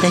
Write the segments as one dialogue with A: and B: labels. A: 的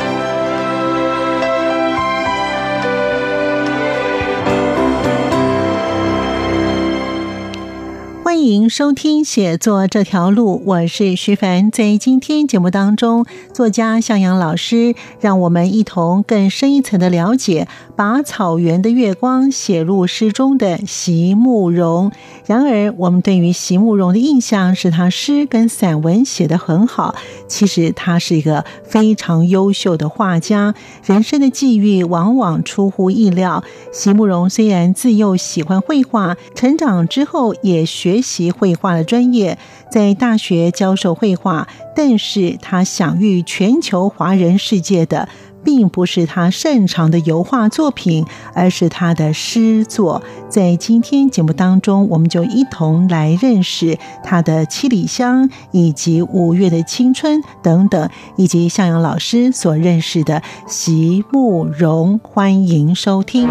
A: 欢迎收听《写作这条路》，我是徐凡。在今天节目当中，作家向阳老师让我们一同更深一层的了解“把草原的月光写入诗中”的席慕容。然而，我们对于席慕容的印象是他诗跟散文写得很好，其实他是一个非常优秀的画家。人生的际遇往往出乎意料。席慕容虽然自幼喜欢绘画，成长之后也学习。习绘画的专业，在大学教授绘画，但是他享誉全球华人世界的，并不是他擅长的油画作品，而是他的诗作。在今天节目当中，我们就一同来认识他的《七里香》以及《五月的青春》等等，以及向阳老师所认识的席慕容。欢迎收听。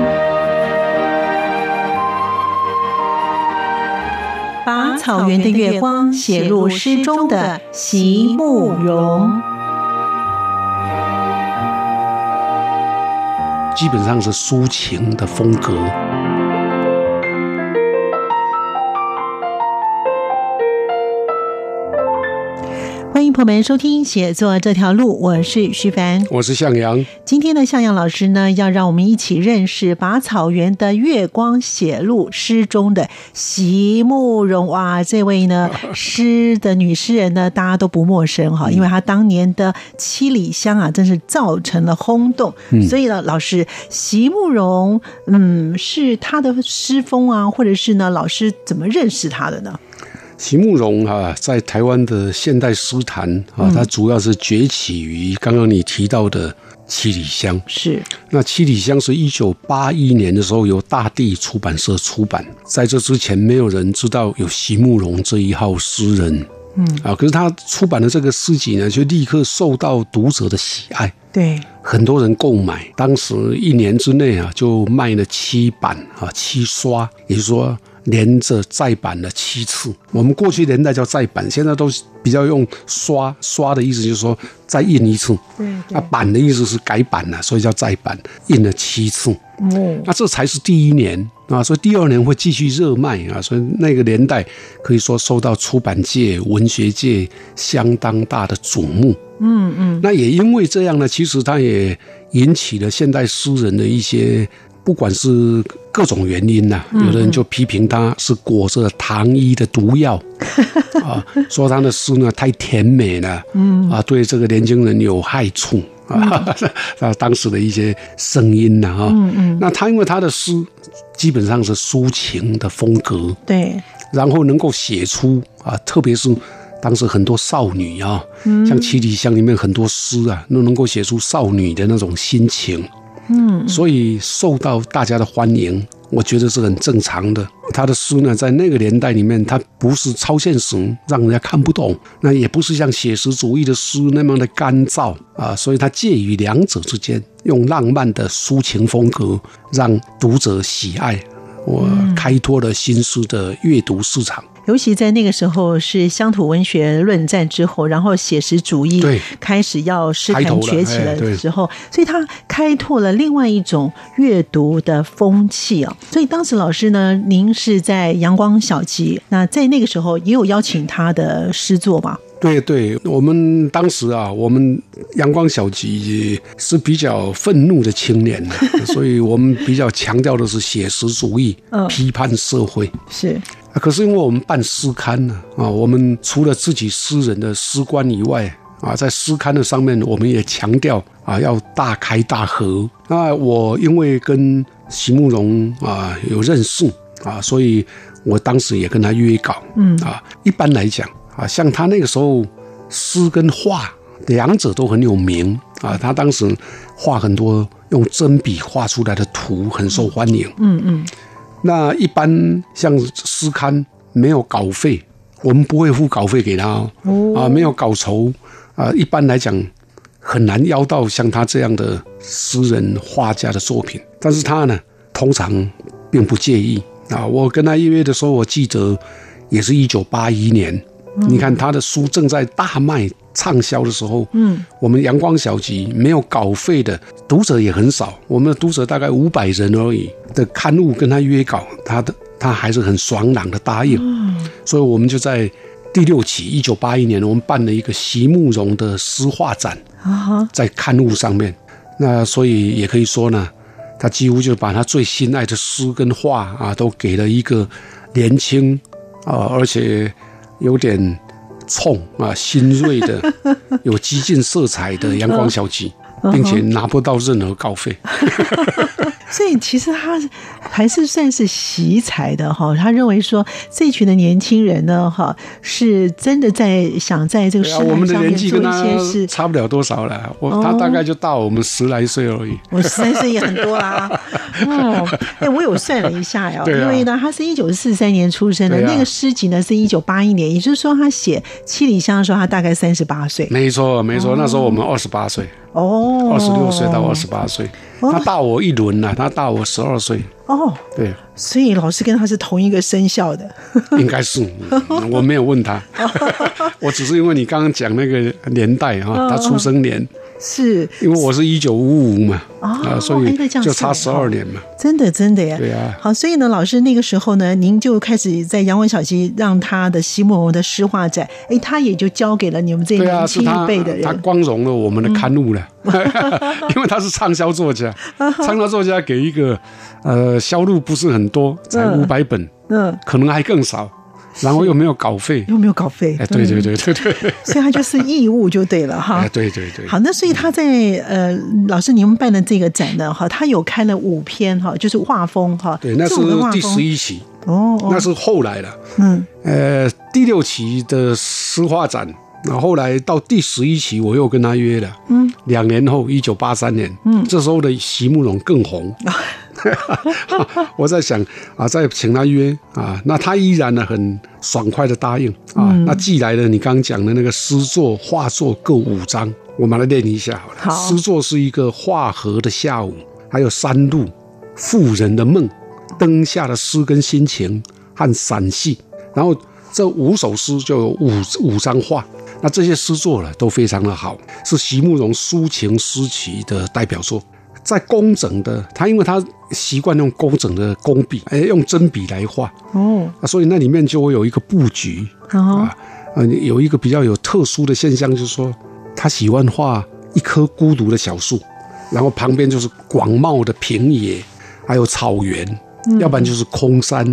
A: 把草原的月光写入诗中的席慕容，
B: 基本上是抒情的风格。
A: 欢迎朋友们收听《写作这条路》，我是徐凡，
B: 我是向阳。
A: 今天的向阳老师呢，要让我们一起认识把草原的月光写入诗中的席慕容。哇，这位呢，诗的女诗人呢，大家都不陌生哈，因为她当年的《七里香》啊，真是造成了轰动。嗯、所以呢，老师，席慕容，嗯，是她的诗风啊，或者是呢，老师怎么认识她的呢？
B: 席慕容啊，在台湾的现代诗坛啊，它主要是崛起于刚刚你提到的七里香。
A: 是，
B: 那七里香是一九八一年的时候由大地出版社出版，在这之前没有人知道有席慕容这一号诗人。嗯，啊，可是他出版的这个诗集呢，就立刻受到读者的喜爱。
A: 对，
B: 很多人购买，当时一年之内啊，就卖了七版啊，七刷，也就是说。连着再版了七次，我们过去年代叫再版，现在都比较用刷刷的意思，就是说再印一次。
A: 对
B: 啊，版的意思是改版了，所以叫再版，印了七次。
A: 嗯，
B: 那这才是第一年啊，所以第二年会继续热卖啊，所以那个年代可以说受到出版界、文学界相当大的瞩目。
A: 嗯嗯，
B: 那也因为这样呢，其实它也引起了现代诗人的一些。不管是各种原因呐、
A: 嗯
B: 啊，有的人就批评他是裹着糖衣的 毒药啊，说他的诗呢太甜美了，嗯啊，对这个年轻人有害处啊。 那当时的一些声音呐、啊，哈，
A: 嗯嗯，
B: 那他因为他的诗基本上是抒情的风格，
A: 对，
B: 然后能够写出啊，特别是。当时很多少女啊，像《七里香》里面很多诗啊，都能够写出少女的那种心情。
A: 嗯，
B: 所以受到大家的欢迎，我觉得是很正常的。他的诗呢，在那个年代里面，他不是超现实，让人家看不懂；那也不是像写实主义的诗那么的干燥啊，所以它介于两者之间，用浪漫的抒情风格让读者喜爱。我开拓了新书的阅读市场。
A: 尤其在那个时候是乡土文学论战之后，然后写实主义开始要诗坛崛起
B: 哎
A: 了之后，所以他开拓了另外一种阅读的风气啊、哦。所以当时老师呢，您是在阳光小集，那在那个时候也有邀请他的诗作吧？
B: 对对，我们当时啊，我们阳光小集是比较愤怒的青年， 所以我们比较强调的是写实主义，批判社会
A: 是。
B: 啊，可是因为我们办诗刊呢，啊，我们除了自己诗人的诗观以外，啊，在诗刊的上面，我们也强调啊，要大开大合。那我因为跟席慕容啊有认识啊，所以我当时也跟他约稿。
A: 嗯
B: 啊，一般来讲啊，像他那个时候，诗跟画两者都很有名。啊，他当时画很多用真笔画出来的图，很受欢迎。
A: 嗯嗯，
B: 那一般像诗刊没有稿费，我们不会付稿费给他哦
A: 哦
B: 啊，没有稿酬啊，一般来讲很难邀到像他这样的诗人画家的作品。但是他呢，通常并不介意啊。我跟他约的时候，我记得也是一九八一年。你看他的书正在大卖畅销的时候，
A: 嗯，
B: 我们阳光小集没有稿费的读者也很少，我们的读者大概五百人而已的刊物跟他约稿，他的他还是很爽朗的答应，所以我们就在第六期一九八一年，我们办了一个席慕容的诗画展，
A: 啊哈，
B: 在刊物上面，那所以也可以说呢，他几乎就把他最心爱的诗跟画啊，都给了一个年轻啊，而且有点冲啊、新锐 的、有激进色彩的阳光小鸡，
A: 嗯
B: 并且拿不到任何稿费。
A: 所以其实他还是算是惜才的哈。他认为说这群的年轻人呢，哈，是真的在想在这个
B: 对
A: 诗
B: 啊，我
A: 坛
B: 们的
A: 上
B: 年
A: 面
B: 纪
A: 做
B: 跟
A: 一
B: 他
A: 些事。
B: 差不了多少了，我他
A: 哦
B: 大概就大我们十来岁而已。
A: 我十三岁也很多啦， 哦，哎，我有算了一下哟、
B: 对啊
A: 因为呢，他是一九四三年出生的，
B: 对啊
A: 那个诗集呢是一九八一年，也就是说他写《七里香》的时候，他大概三十八岁，
B: 没错，没错，那时候我们二十八岁，
A: 哦，
B: 嗯二十六岁到二十八岁，
A: 哦
B: 他大我一轮了，他大我十二岁。
A: 哦，
B: 对，
A: 所以老师跟他是同一个生肖的，
B: 应该是，嗯我没有问他，我只是因为你刚刚讲那个年代
A: 嗯
B: 哈，他出生年，
A: 是
B: 因为我是一九五五嘛，
A: 哦
B: 啊，所
A: 哎
B: 以
A: 那这样
B: 就是差
A: 哦
B: 十二年嘛，
A: 真的真的耶，
B: 对啊
A: 好，所以呢，老师那个时候呢，您就开始在杨文小溪让他的席慕容的诗画展，哎，他也就交给了你们这
B: 对啊，
A: 年
B: 是
A: 轻
B: 他
A: 一辈的人，嗯
B: 他光荣了我们的刊 物了， 因为他是畅销作家，畅销作家给一个呃销路不是很多，才
A: 嗯
B: 五百本，
A: 嗯，
B: 可能还更少，然后又没有稿费，
A: 又没有稿费，
B: 哎，对对
A: 嗯，
B: 对对对，
A: 所以他就是义务就对了哈
B: 哎，。对对对，
A: 好，那所以他在
B: 嗯
A: 呃，老师你们办的这个展呢，哈，他有开了五篇哈，就是画风哈，
B: 对，那
A: 这
B: 是
A: 五个画
B: 第
A: 风
B: 十一期，
A: 哦，哦
B: 那是后来了。
A: 嗯
B: 呃，第六期的诗画展，然后后来到第十一期，我又跟他约了。嗯，两年后，一九八三年，嗯，这时候的席慕容更 红。我在想啊，再请他约啊，那他依然呢很爽快的答应啊。
A: 嗯
B: 那寄来的你刚刚讲的那个诗作、画作各五张，我们来练一下好了。
A: 好
B: 诗作是一个化荷的下午，还有山路、妇人的梦、灯下的诗跟心情和散戏，然后这五首诗就有五五张画。那这些诗作呢，都非常的好，是席慕容抒情诗集的代表作。在工整的，他因为他习惯用工整的工笔，哎，用真笔来画，
A: 哦，
B: 啊，所以那里面就会有一个布局
A: 然后
B: 啊，呃，有一个比较有特殊的现象，就是说他喜欢画一棵孤独的小树，然后旁边就是广袤的平野，还有草原，要不然就是空山，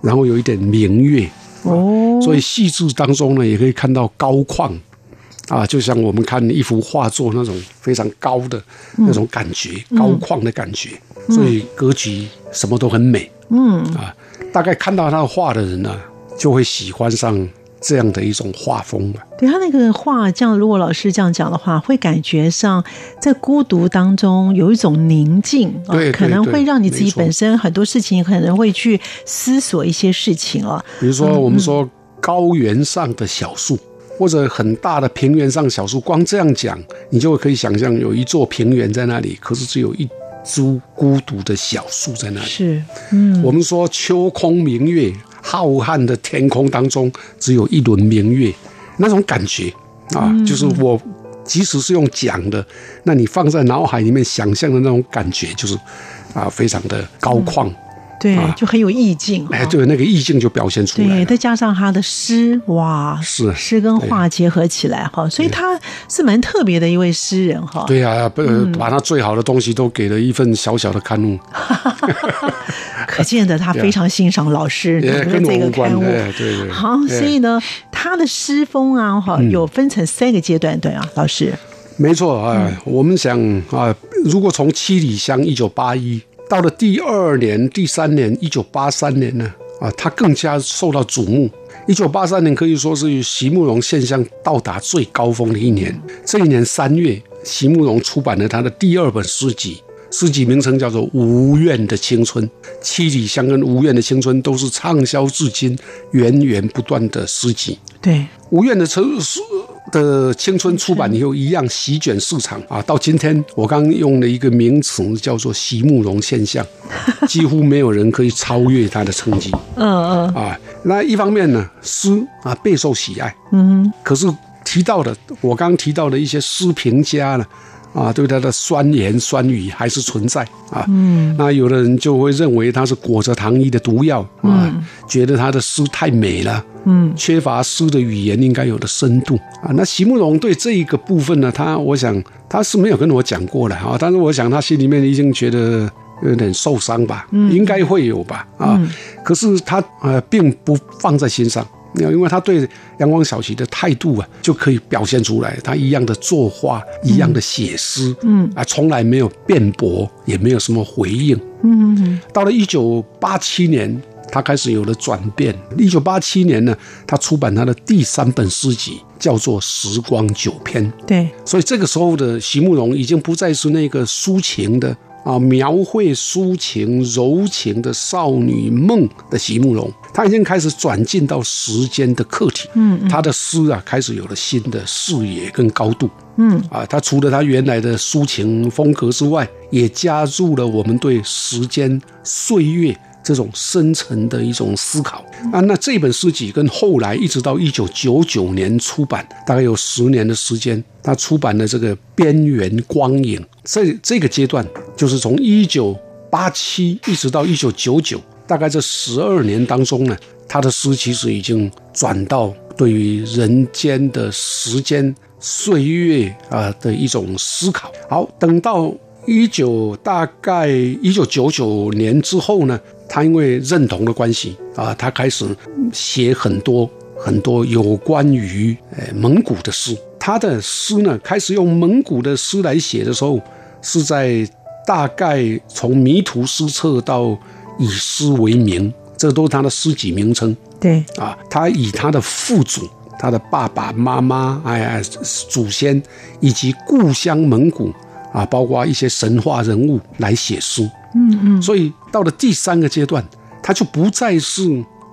B: 然后有一点明月，
A: 哦，
B: 所以细致当中呢，也可以看到高旷。啊，就像我们看一幅画作那种非常高的那种感觉，高旷的感觉，所以格局什么都很美。嗯啊，大概看到他的画的人呢、啊就会喜欢上这样的一种画风吧。
A: 对他那个话，这样如果老师这样讲的话，会感觉上在孤独当中有一种宁静，啊
B: 对对
A: 可能会让你自己
B: 没错
A: 本身很多事情可能会去思索一些事情哦了。
B: 比如说，我们说高原上的小树，或者很大的平原上小树，光这样讲，你就可以想象有一座平原在那里，可是只有一株孤独的小树在那里。
A: 是，嗯
B: 我们说秋空明月，浩瀚的天空当中只有一轮明月，那种感觉啊，
A: 嗯
B: 就是我即使是用讲的，那你放在脑海里面想象的那种感觉，就是啊，非常的高旷，
A: 对，
B: 啊
A: 就很有意境。
B: 哎，
A: 啊
B: 对，那个意境就表现出来
A: 对，
B: 了。
A: 再加上他的诗，哇，
B: 是
A: 诗跟画结合起来哈，所以他是蛮特别的一位诗人哈。
B: 对呀、不呃
A: 嗯
B: 把他最好的东西都给了一份小小的刊物，
A: 可见的他非常欣赏老师
B: 也
A: 的
B: 啊跟我
A: 这个
B: 无关
A: 刊物。
B: 哎对对
A: 好，
B: 哎
A: 所以呢，他的诗风啊，哈，有分成三个阶段，对啊，老师，
B: 没错啊、我们想啊、如果从七里香一九八一到了第二年、第三年，一九八三年呢，啊，它更加受到瞩目。一九八三年可以说是席慕容现象到达最高峰的一年。这一年三月，席慕容出版了他的第二本诗集，诗集名称叫做《无怨的青春》。七里香跟无怨的青春都是畅销至今、源源不断的诗集。
A: 对，
B: 无怨的青诗的青春出版以后，一样席卷市场啊！到今天，我刚刚用了一个名词叫做“席慕容现 象”，几乎没有人可以超越他的成绩
A: 嗯嗯，
B: 啊！那一方面呢，诗啊备受喜爱，
A: 嗯，
B: 可是提到的我刚刚提到的一些诗评家呢，啊，对他的酸言酸语还是存在啊。嗯，那有的人就会认为他是裹着糖衣的毒药啊，觉得他的诗太美了。
A: 嗯，
B: 缺乏诗的语言应该有的深度啊。那席慕容对这一个部分呢，他我想他是没有跟我讲过的啊，但是我想他心里面已经觉得有点受伤吧，应该会有吧啊。可是他呃并不放在心上。因为他对阳光小琪的态度啊，就可以表现出来，他一样的作画，一样的写诗，嗯啊，从来没有辩驳，也没有什么回应，
A: 嗯嗯
B: 到了一九八七年，他开始有了转变。一九八七年呢，他出版他的第三本诗集，叫做《时光九篇》。
A: 嗯，对，
B: 所以这个时候的席慕容已经不再是那个抒情的啊，描绘抒情柔情的少女梦的席慕容，她已经开始转进到时间的客体。嗯，她的诗啊，开始有了新的视野跟高度。
A: 嗯，
B: 啊，她除了她原来的抒情风格之外，也加入了我们对时间岁月。这种深层的一种思考啊。那这本诗集跟后来一直到一九九九年出版，大概有十年的时间，他出版的这个《边缘光影》这这个阶段，就是从一九八七一直到一九九九，大概这十二年当中呢，他的诗其实已经转到对于人间的时间。岁月啊、的一种思考。好，等到一九大概一九九九年之后呢，他因为认同的关系啊，他开始写很多很多有关于呃蒙古的诗。他的诗呢，开始用蒙古的诗来写的时候，是在大概从迷途失策到以诗为名，这都是他的诗集名称。
A: 对，
B: 啊，他以他的父祖、他的爸爸妈妈、哎呀祖先以及故乡蒙古啊，包括一些神话人物来写诗。嗯嗯，所以到了第三个阶段，他就不再是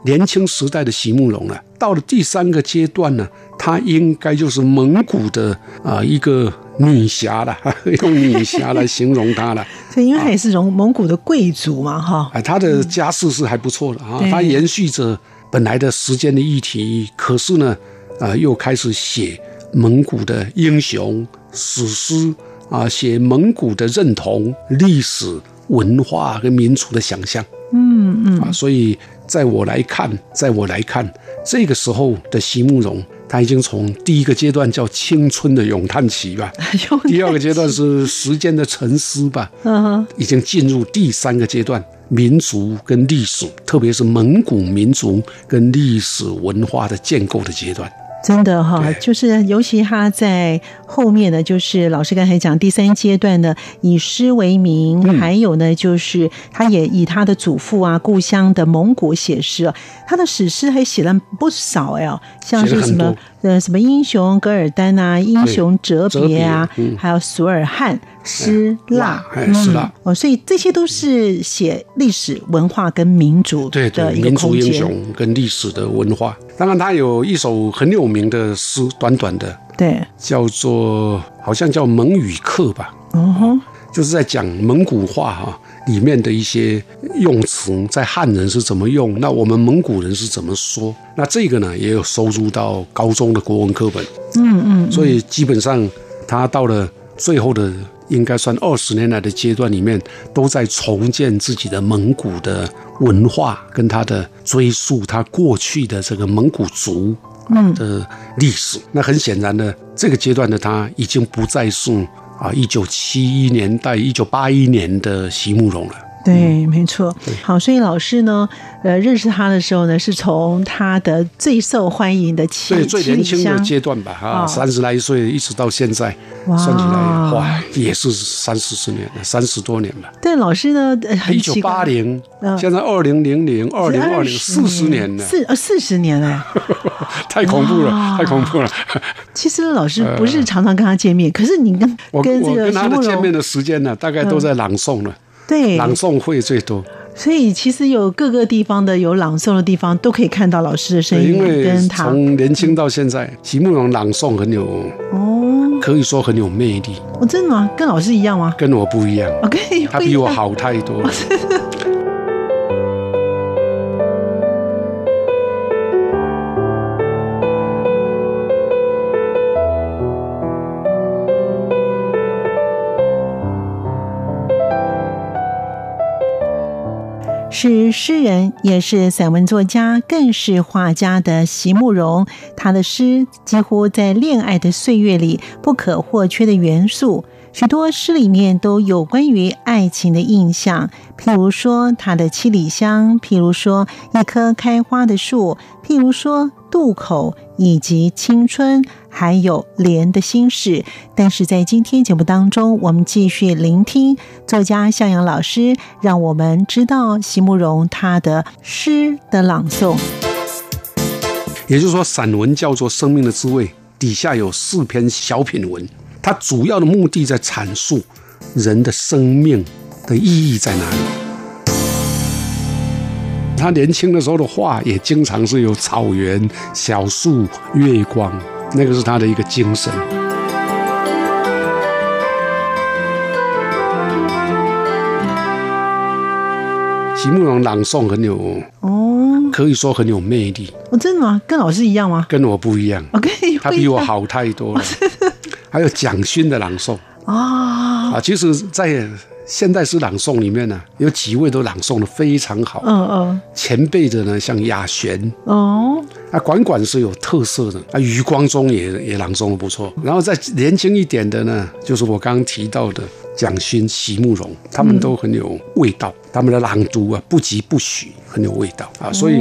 B: 年轻时代的席慕容了。到了第三个阶段呢，她应该就是蒙古的啊、一个女侠了， 用女侠来形容她了。
A: 所以因为他也是蒙蒙古的贵族嘛，哈，
B: 啊，他的家世是还不错的啊
A: 对，
B: 他延续着本来的时间的议题，可是呢，啊，又开始写蒙古的英雄史诗啊，写蒙古的认同、历史文化跟民族的想象。嗯嗯啊，所以在我来看，在我来看，这个时候的席慕容，他已经从第一个阶段叫青春的咏叹期吧，
A: 用
B: 第二个阶段是时间的沉思吧，
A: 嗯哼，
B: 已经进入第三个阶段，民族跟历史，特别是蒙古民族跟历史文化的建构的阶段。
A: 真的哈，
B: 对
A: 就是尤其他在后面呢，就是老师刚才讲第三阶段呢，以诗为名，
B: 嗯
A: 还有呢，就是他也以他的祖父啊、故乡的蒙古写诗啊，他的史诗还写了不少哎哦，像
B: 写
A: 是
B: 了
A: 什
B: 很
A: 么
B: 多
A: 呃什么英雄噶尔丹啊、英雄哲别啊，
B: 哲别嗯
A: 还有索尔汉、施腊
B: 哇，哎施腊
A: 哦，所以这些都是写历史文化跟民族
B: 对对
A: 的，一个
B: 民族
A: 空
B: 英
A: 间，
B: 雄跟历史的文化。当然，他有一首很有名的诗，短短的，
A: 对，
B: 叫做好像叫《蒙语课》吧，
A: 哦吼，
B: 就是在讲蒙古话哈、里面的一些用词，在汉人是怎么用，那我们蒙古人是怎么说？那这个呢，也有收入到高中的国文课本。
A: 嗯嗯。
B: 所以基本上他到了最后的，应该算二十年来的阶段里面，都在重建自己的蒙古的文化，跟他的追溯他过去的这个蒙古族。嗯的历史，那很显然的，这个阶段的他已经不再是啊一九七一年代、一九八一年的席慕容了。
A: 对，没错。好，所以老师呢，呃，认识他的时候呢，是从他的最受欢迎的七
B: 对最
A: 七
B: 年
A: 里
B: 轻的
A: 香，
B: 阶段吧，
A: 哦
B: 啊，三十来岁一直到现在，
A: 哇
B: 算起来哇，也是三四十年了，三十多年了。
A: 对老师呢，呃很
B: 一九
A: 奇怪
B: 八零
A: 嗯，
B: 现在二零零零、二零二零，
A: 是
B: 四十
A: 20
B: 年了，
A: 四呃四十年了。
B: 太恐怖
A: 哇
B: 了，太恐怖了。
A: 其实老师不是常常跟他见面，可是你跟
B: 呃我
A: 跟这
B: 我
A: 个
B: 跟他
A: 徐
B: 的
A: 慕
B: 见面
A: 容嗯
B: 的时间呢，大概都在朗诵了，
A: 对，
B: 朗诵会最多。
A: 所以其实有各个地方的有朗诵的地方都可以看到老师的身
B: 对，因
A: 影
B: 为
A: 跟他
B: 从年轻到现在，席慕容朗诵很有，
A: 哦，
B: 可以说很有魅力，
A: 我哦真的吗？跟老师一样吗？
B: 跟我不一样，
A: 我跟你
B: 他
A: 不一
B: 比我
A: 样
B: 好太多了。
A: 是诗人，也是散文作家，更是画家的席慕容，他的诗几乎在恋爱的岁月里不可或缺的元素。许多诗里面都有关于爱情的印象，譬如说他的七里香，譬如说一棵开花的树，譬如说渡口，以及青春，还有莲的心事。但是在今天节目当中，我们继续聆听作家向阳老师，让我们知道席慕容他的诗的朗诵。
B: 也就是说，散文叫做《生命的滋味》，底下有四篇小品文，它主要的目的在阐述人的生命的意义在哪里。他年轻的时候的画也经常是有草原、小树、月光，那个是他的一个精神。席慕容朗诵很有，
A: 哦，
B: 可以说很有魅力，
A: 我哦真的吗？跟老师一样吗？
B: 跟我不一样。
A: 我跟你
B: 他
A: 不一
B: 比我
A: 样
B: 好太多了。还有蒋勋的朗诵
A: 啊，
B: 啊，其实，在现代诗朗诵里面呢，有几位都朗诵的非常好。
A: 嗯嗯
B: 前辈的呢，像雅璇
A: 哦，
B: 啊，管管是有特色的啊，余光中也也朗诵的不错。然后再年轻一点的呢，就是我刚刚提到的蒋勋、席慕容，他们都很有味道，他们的朗读啊，不疾不徐，很有味道啊。所以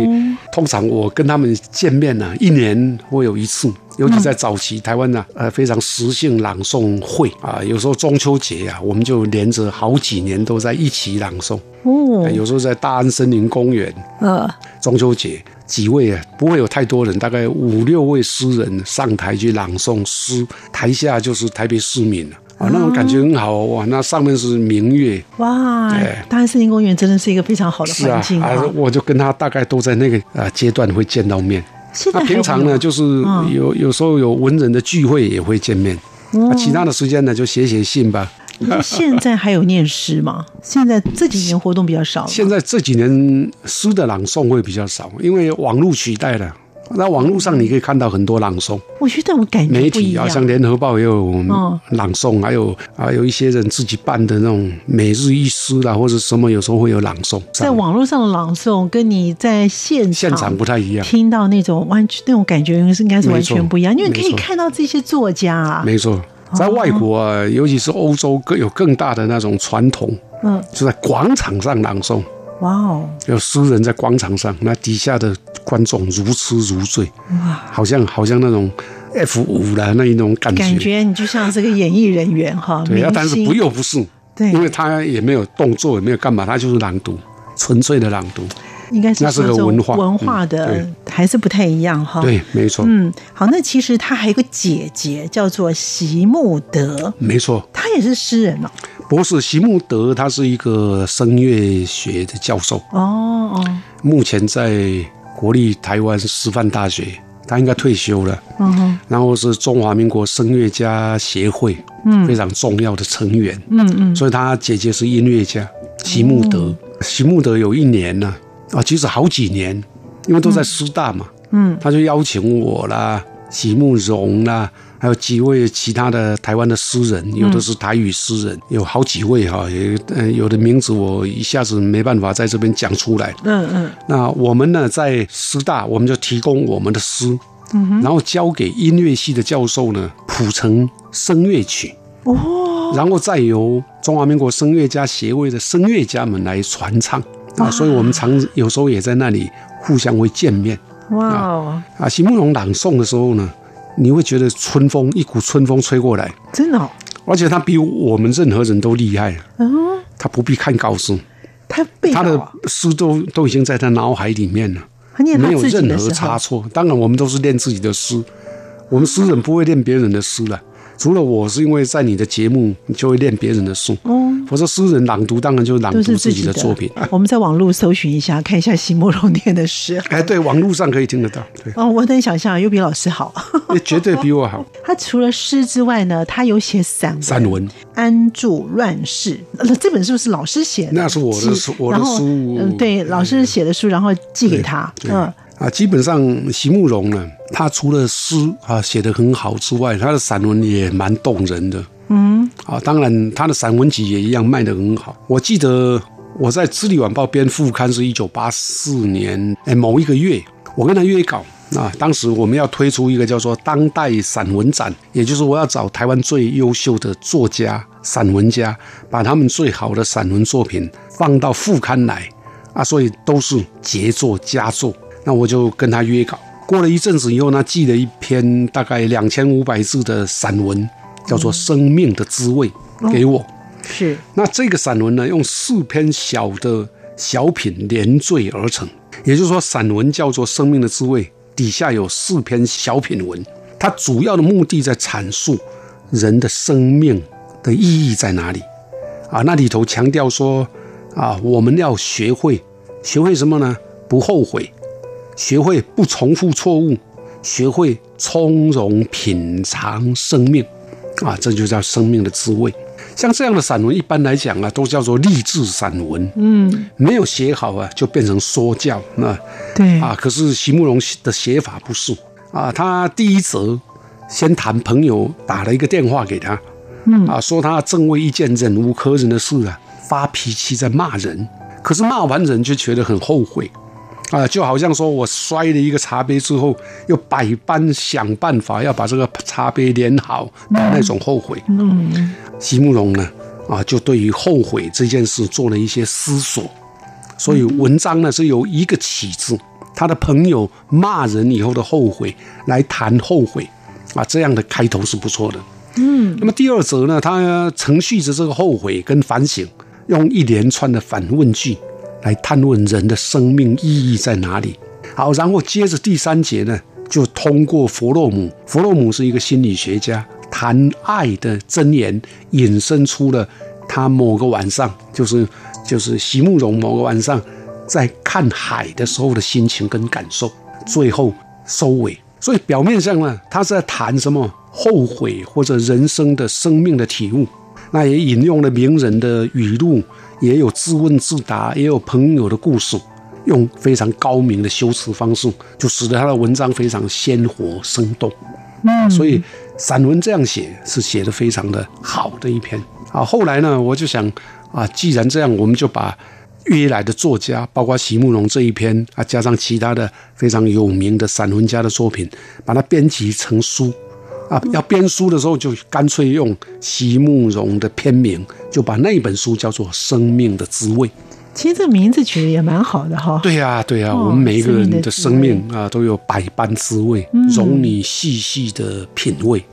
B: 通常我跟他们见面呢、一年会有一次。尤其在早期台湾呢、呃，非常时兴朗诵会啊，有时候中秋节啊，我们就连着好几年都在一起朗诵，
A: 哦，
B: 有时候在大安森林公园，
A: 呃，
B: 中秋节几位啊，不会有太多人，大概五六位诗人上台去朗诵诗，台下就是台北市民了啊，那种感觉很好哦哇！那上面是明月，
A: 哇
B: 对，
A: 大安森林公园真的是一个非常好的
B: 是
A: 环
B: 啊
A: 境
B: 啊，我就跟他大概都在那个啊阶段会见到面。
A: 现在
B: 那
A: 啊还
B: 平常
A: 有
B: 呢，
A: 吗
B: 就是
A: 嗯哦
B: 有有时候有文人的聚会也会见面，啊，其他的时间呢就写写信吧。
A: 那现在还有念诗吗？现在这几年活动比较少了。
B: 现在这几年诗的朗诵会比较少，因为网络取代了。那网络上你可以看到很多朗诵。
A: 我觉得我感觉
B: 媒
A: 不一
B: 体
A: 样
B: 啊，。像联合报也有
A: 嗯
B: 朗诵，还有啊有一些人自己办的那种每日一诗啦，或者什么，有时候会有朗诵。
A: 在网络上的朗诵，跟你在现场
B: 嗯现场不太一样，
A: 听到那种完全那种感觉是应该是完全不一样，因
B: 没
A: 为你
B: 错
A: 可以看到这些作家啊，
B: 没错。在外国啊，尤其是欧洲，更有更大的那种传统，
A: 嗯，
B: 就在广场上朗诵，
A: 哇哦，
B: 有诗人在广场上，那底下的观众如痴如醉，
A: 哇，
B: 好像好像那种 F 五的那一种感觉。
A: 感觉你就像是个演艺人员哈，
B: 对，啊
A: 明
B: 但是
A: 星
B: 不又不是，
A: 对
B: 因，为他也没有动作，也没有干嘛，他就是朗读，纯粹的朗读。
A: 应该是
B: 那是个
A: 说这种
B: 文化
A: 文化的
B: 嗯
A: 还是不太一样哈。，
B: 对，没错，
A: 嗯，好，那其实他还有个姐姐叫做席慕德，
B: 没错。
A: 她也是诗人哦。
B: 博士席慕德他是一个声乐学的教授，
A: 哦哦，
B: 目前在国立台湾师范大学，他应该退休了。
A: 嗯哼，
B: 然后是中华民国声乐家协会，嗯，非常重要的成员，嗯嗯，所以他姐姐是音乐家席慕德，席慕德有一年呢、啊，其实好几年，因为都在师大嘛，
A: 嗯，
B: 他就邀请我啦，席慕容啦。还有几位其他的台湾的诗人，有的是台语诗人，有好几位哈，也呃有的名字我一下子没办法在这边讲出来，
A: 嗯嗯，
B: 那我们呢，在师大，我们就提供我们的诗，然后交给音乐系的教授呢谱成声乐曲。
A: 哇、
B: 然后再由中华民国声乐家协会的声乐家们来传唱啊，所以我们常有时候也在那里互相会见面
A: 哇哦，
B: 啊。席慕容朗诵的时候呢，你会觉得春风一股春风吹过来，
A: 真的哦，
B: 而且他比我们任何人都厉害，
A: 嗯，
B: 他不必看高诗，
A: 他背
B: 他
A: 好
B: 的
A: 啊，
B: 诗都都已经在他脑海里面了。
A: 他念他
B: 没有
A: 自己
B: 任
A: 的
B: 何
A: 时
B: 差
A: 候，
B: 错。当然，我们都是练自己的诗，我们诗人不会练别人的诗了。除了我是因为在你的节目，你就会练别人的诗。
A: 嗯，
B: 我说诗人朗读，当然就朗
A: 都
B: 读
A: 是
B: 自己
A: 己
B: 的作品。
A: 我们在网络搜寻一下，看一下席慕容念的诗。，
B: 哎，对，网络上可以听得到，对
A: 哦，我能想象，又比老师好。
B: 也绝对比我好。
A: 他除了诗之外呢，他有写散文《
B: 散文，
A: 安住乱世》呃。这本书是老师写的，
B: 那是我的
A: 寄
B: 书我的
A: 然后
B: 书
A: 嗯，对，老师写的书，然后寄给他。
B: 对
A: 嗯，
B: 啊，基本上席慕容呢，他除了诗啊写得很好之外，他的散文也蛮动人的。嗯，啊，当然他的散文集也一样卖得很好。我记得我在《资历晚报》编副刊是一九八四年哎某一个月，我跟他约稿。啊，当时我们要推出一个叫做“当代散文展”，也就是我要找台湾最优秀的作家、散文家，把他们最好的散文作品放到副刊来，啊，所以都是杰作佳作。那我就跟他约稿。过了一阵子以后呢，寄了一篇大概两千五百字的散文，叫做《生命的滋味》给我。
A: 是
B: 那这个散文呢，用四篇小的小品连缀而成，也就是说，散文叫做《生命的滋味》，底下有四篇小品文。它主要的目的在阐述人的生命的意义在哪里啊？那里头强调说啊，我们要学会学会什么呢？不后悔，学会不重复错误，学会从容品尝生命，啊，这就叫生命的滋味。像这样的散文，一般来讲啊，都叫做励志散文。嗯，没有写好啊，就变成说教。那
A: 对
B: 啊，可是席慕容的写法不是啊，他第一则先谈朋友打了一个电话给他，嗯啊，说他正为一件忍无可忍的事啊发脾气在骂人，可是骂完人就觉得很后悔。啊，就好像说我摔了一个茶杯之后，又百般想办法要把这个茶杯连好的那种后悔。嗯，席慕容呢，啊，就对于后悔这件事做了一些思索。所以文章呢是由一个起字，他的朋友骂人以后的后悔来谈后悔，啊，这样的开头是不错的。嗯，那么第二则呢，他承续着这个后悔跟反省，用一连串的反问句来探问人的生命意义在哪里。好，然后接着第三节呢，就通过弗洛姆，弗洛姆是一个心理学家，谈爱的箴言，引申出了他某个晚上，就是就是席慕容某个晚上在看海的时候的心情跟感受，最后收尾。所以表面上呢，他是在谈什么后悔或者人生的生命的体悟。那也引用了名人的语录，也有自问自答，也有朋友的故事，用非常高明的修辞方式，就使得他的文章非常鲜活生动。嗯，所以散文这样写是写的非常的好的一篇啊。后来呢，我就想啊，既然这样，我们就把约来的作家，包括席慕容这一篇啊，加上其他的非常有名的散文家的作品，把它编辑成书。啊，
A: 嗯
B: 要编书的时候就干脆用席慕容的篇名，就把那本书叫做《生命的滋味》。
A: 其实这名字取得也蛮好的哈。
B: 对呀、对呀、
A: 哦
B: 我们每一个人的
A: 生
B: 生
A: 命的嗯
B: 命啊，都有百般滋味，容你细细的品味。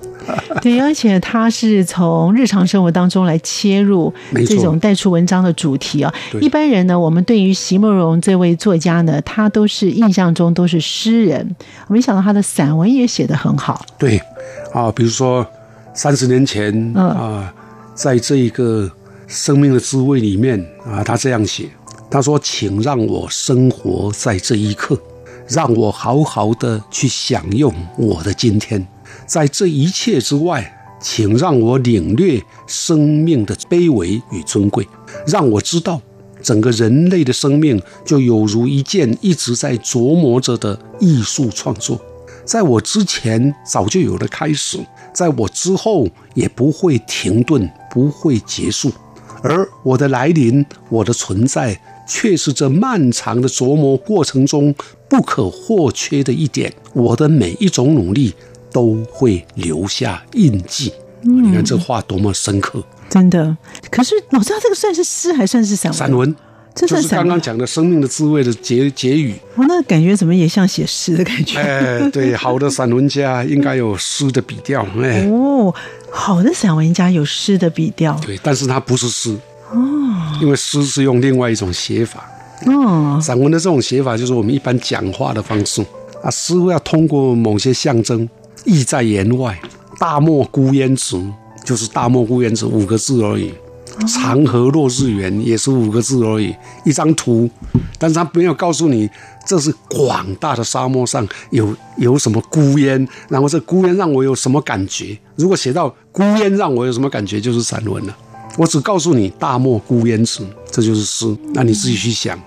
A: 对，而且他是从日常生活当中来切入
B: 没
A: 这
B: 错
A: 种带出文章的主题啊。
B: 对
A: 一般人呢，我们对于席慕容这位作家呢，他都是印象中都是诗人，没想到他的散文也写得很好。
B: 对，啊，比如说三十年前啊，在这一个生命的滋味里面啊，他这样写，他说：“请让我生活在这一刻，让我好好的去享用我的今天，在这一切之外。”请让我领略生命的卑微与尊贵，让我知道整个人类的生命就有如一件一直在琢磨着的艺术创作。在我之前早就有了开始，在我之后也不会停顿，不会结束。而我的来临，我的存在，却是这漫长的琢磨过程中不可或缺的一点。我的每一种努力都会留下印记。你看这话多么深刻！
C: 真的。可是老师，他这个算是诗还算是散文？
B: 散文
C: 这
B: 就
C: 算
B: 是
C: 散
B: 刚
C: 文。
B: 刚讲的生命的滋味的结结语。
C: 我那感觉怎么也像写诗的感觉？
B: 哎，对，好的散文家应该有诗的笔调，哎，
C: 哦，好的散文家有诗的笔调
B: 对，但是它不是诗，因为诗是用另外一种写法。
C: 哦，
B: 散文的这种写法就是我们一般讲话的方式啊，似乎要通过某些象征意在言外。大漠孤烟直，就是大漠孤烟直五个字而已。长河落日圆也是五个字而已，一张图，但是他没有告诉你这是广大的沙漠上有有什么孤烟，然后这孤烟让我有什么感觉。如果写到孤烟让我有什么感觉，就是散文了。我只告诉你大漠孤烟直，这就是诗，那你自己去想。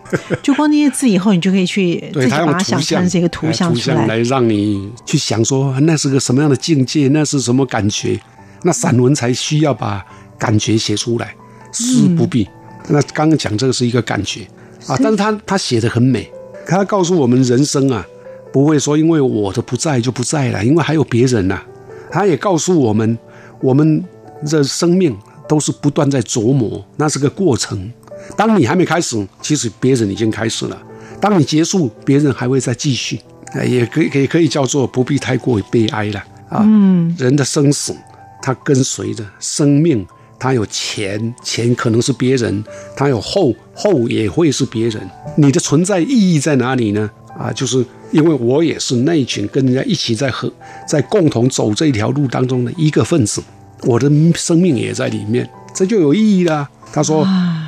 C: 就光那些字以后，你就可以去自
B: 对
C: 己
B: 他
C: 把
B: 用
C: 它
B: 图
C: 想
B: 像
C: 成是一个图
B: 哎
C: 像
B: 图
C: 出
B: 像
C: 来。嗯
B: 来让你去想说那是个什么样的境界，那是什么感觉。那散文才需要把感觉写出来，诗不必。那刚刚讲这个是一个感觉啊，但是他他写的很美，他告诉我们人生啊，不会说因为我的不在就不在了，因为还有别人呐、啊他也告诉我们，我们的生命都是不断在琢磨，那是个过程。当你还没开始，其实别人已经开始了；当你结束，别人还会再继续。哎，也可以，也可以叫做不必太过于悲哀了啊。嗯，人的生死，它跟随着生命，它有前，前可能是别人；它有后，后也会是别人。你的存在意义在哪里呢？啊，就是因为我也是那一群跟人家一起在和在共同走这条路当中的一个分子，我的生命也在里面，这就有意义啦。他说，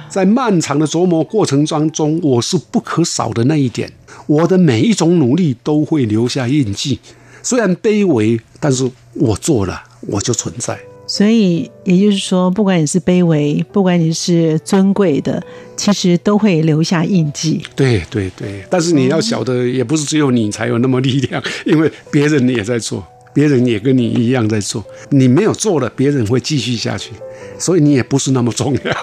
B: 在漫长的琢磨过程当中，我是不可少的那一点，我的每一种努力都会留下印记，虽然卑微，但是我做了，我就存在。
C: 所以也就是说，不管你是卑微，不管你是尊贵的，其实都会留下印记。
B: 对对对，但是你要晓得，也不是只有你才有那么力量，因为别人也在做，别人也跟你一样在做，你没有做了，别人会继续下去，所以你也不是那么重要，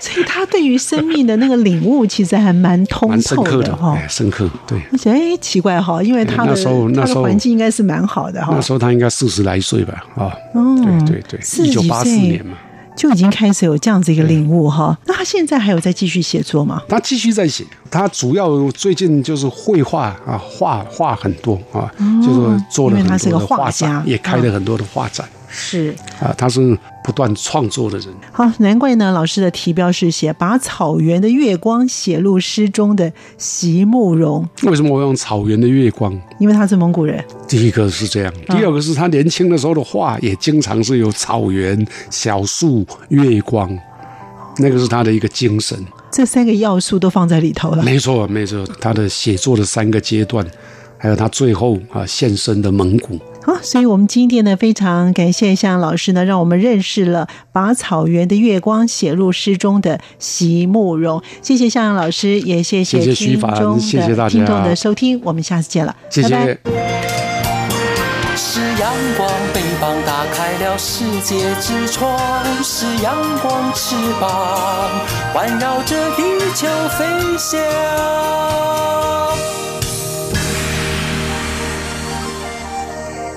C: 所以他对于生命的那个领悟，其实还蛮通
B: 蛮深
C: 透
B: 刻的，
C: 哈。
B: 哎，深刻。对，
C: 而且哎，奇怪哈，因为他的
B: 那时候
C: 他
B: 那时
C: 的
B: 候
C: 环境应该是蛮好的哈
B: 那，时候他应该四十来岁吧，啊、
C: 嗯
B: 对对对，
C: 40
B: 一九八四
C: 岁
B: 年嘛，
C: 就已经开始有这样子一个领悟哈。那他现在还有在继续写作吗？
B: 他继续在写，他主要最近就是绘画啊，画画很多啊，就是做
C: 因
B: 了
C: 为
B: 很
C: 他是
B: 多
C: 个
B: 的
C: 画
B: 画展
C: 家，
B: 也开了很多的画展
C: 是，
B: 啊，他是不断创作的人。
C: 好，难怪呢，老师的题标是写把草原的月光写入诗中的席慕容，
B: 为什么我用草原的月光？
C: 因为他是蒙古人，
B: 第一个是这样，
C: 啊
B: 第二个是他年轻的时候的画也经常是有草原、小树、月光，那个是他的一个精神。
C: 这三个要素都放在里头了。
B: 没错，没错，他的写作的三个阶段，还有他最后啊现身的蒙古，
C: 好，所以我们今天呢，非常感谢向老师呢，让我们认识了把草原的月光写入诗中的席慕容。谢谢向阳老师，也谢
B: 谢谢徐
C: 听
B: 凡
C: 众的
B: 谢谢大家
C: 听众的收听，我们下次见了，
B: 谢谢。
C: 拜拜
D: 是阳光，翅膀打开了世界之窗；是阳光，翅膀环绕着地球飞翔。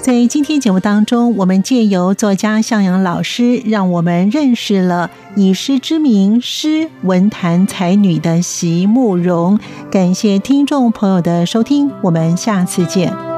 C: 在今天节目当中，我们借由作家向阳老师，让我们认识了以诗之名诗文坛才女的席慕容。感谢听众朋友的收听，我们下次见。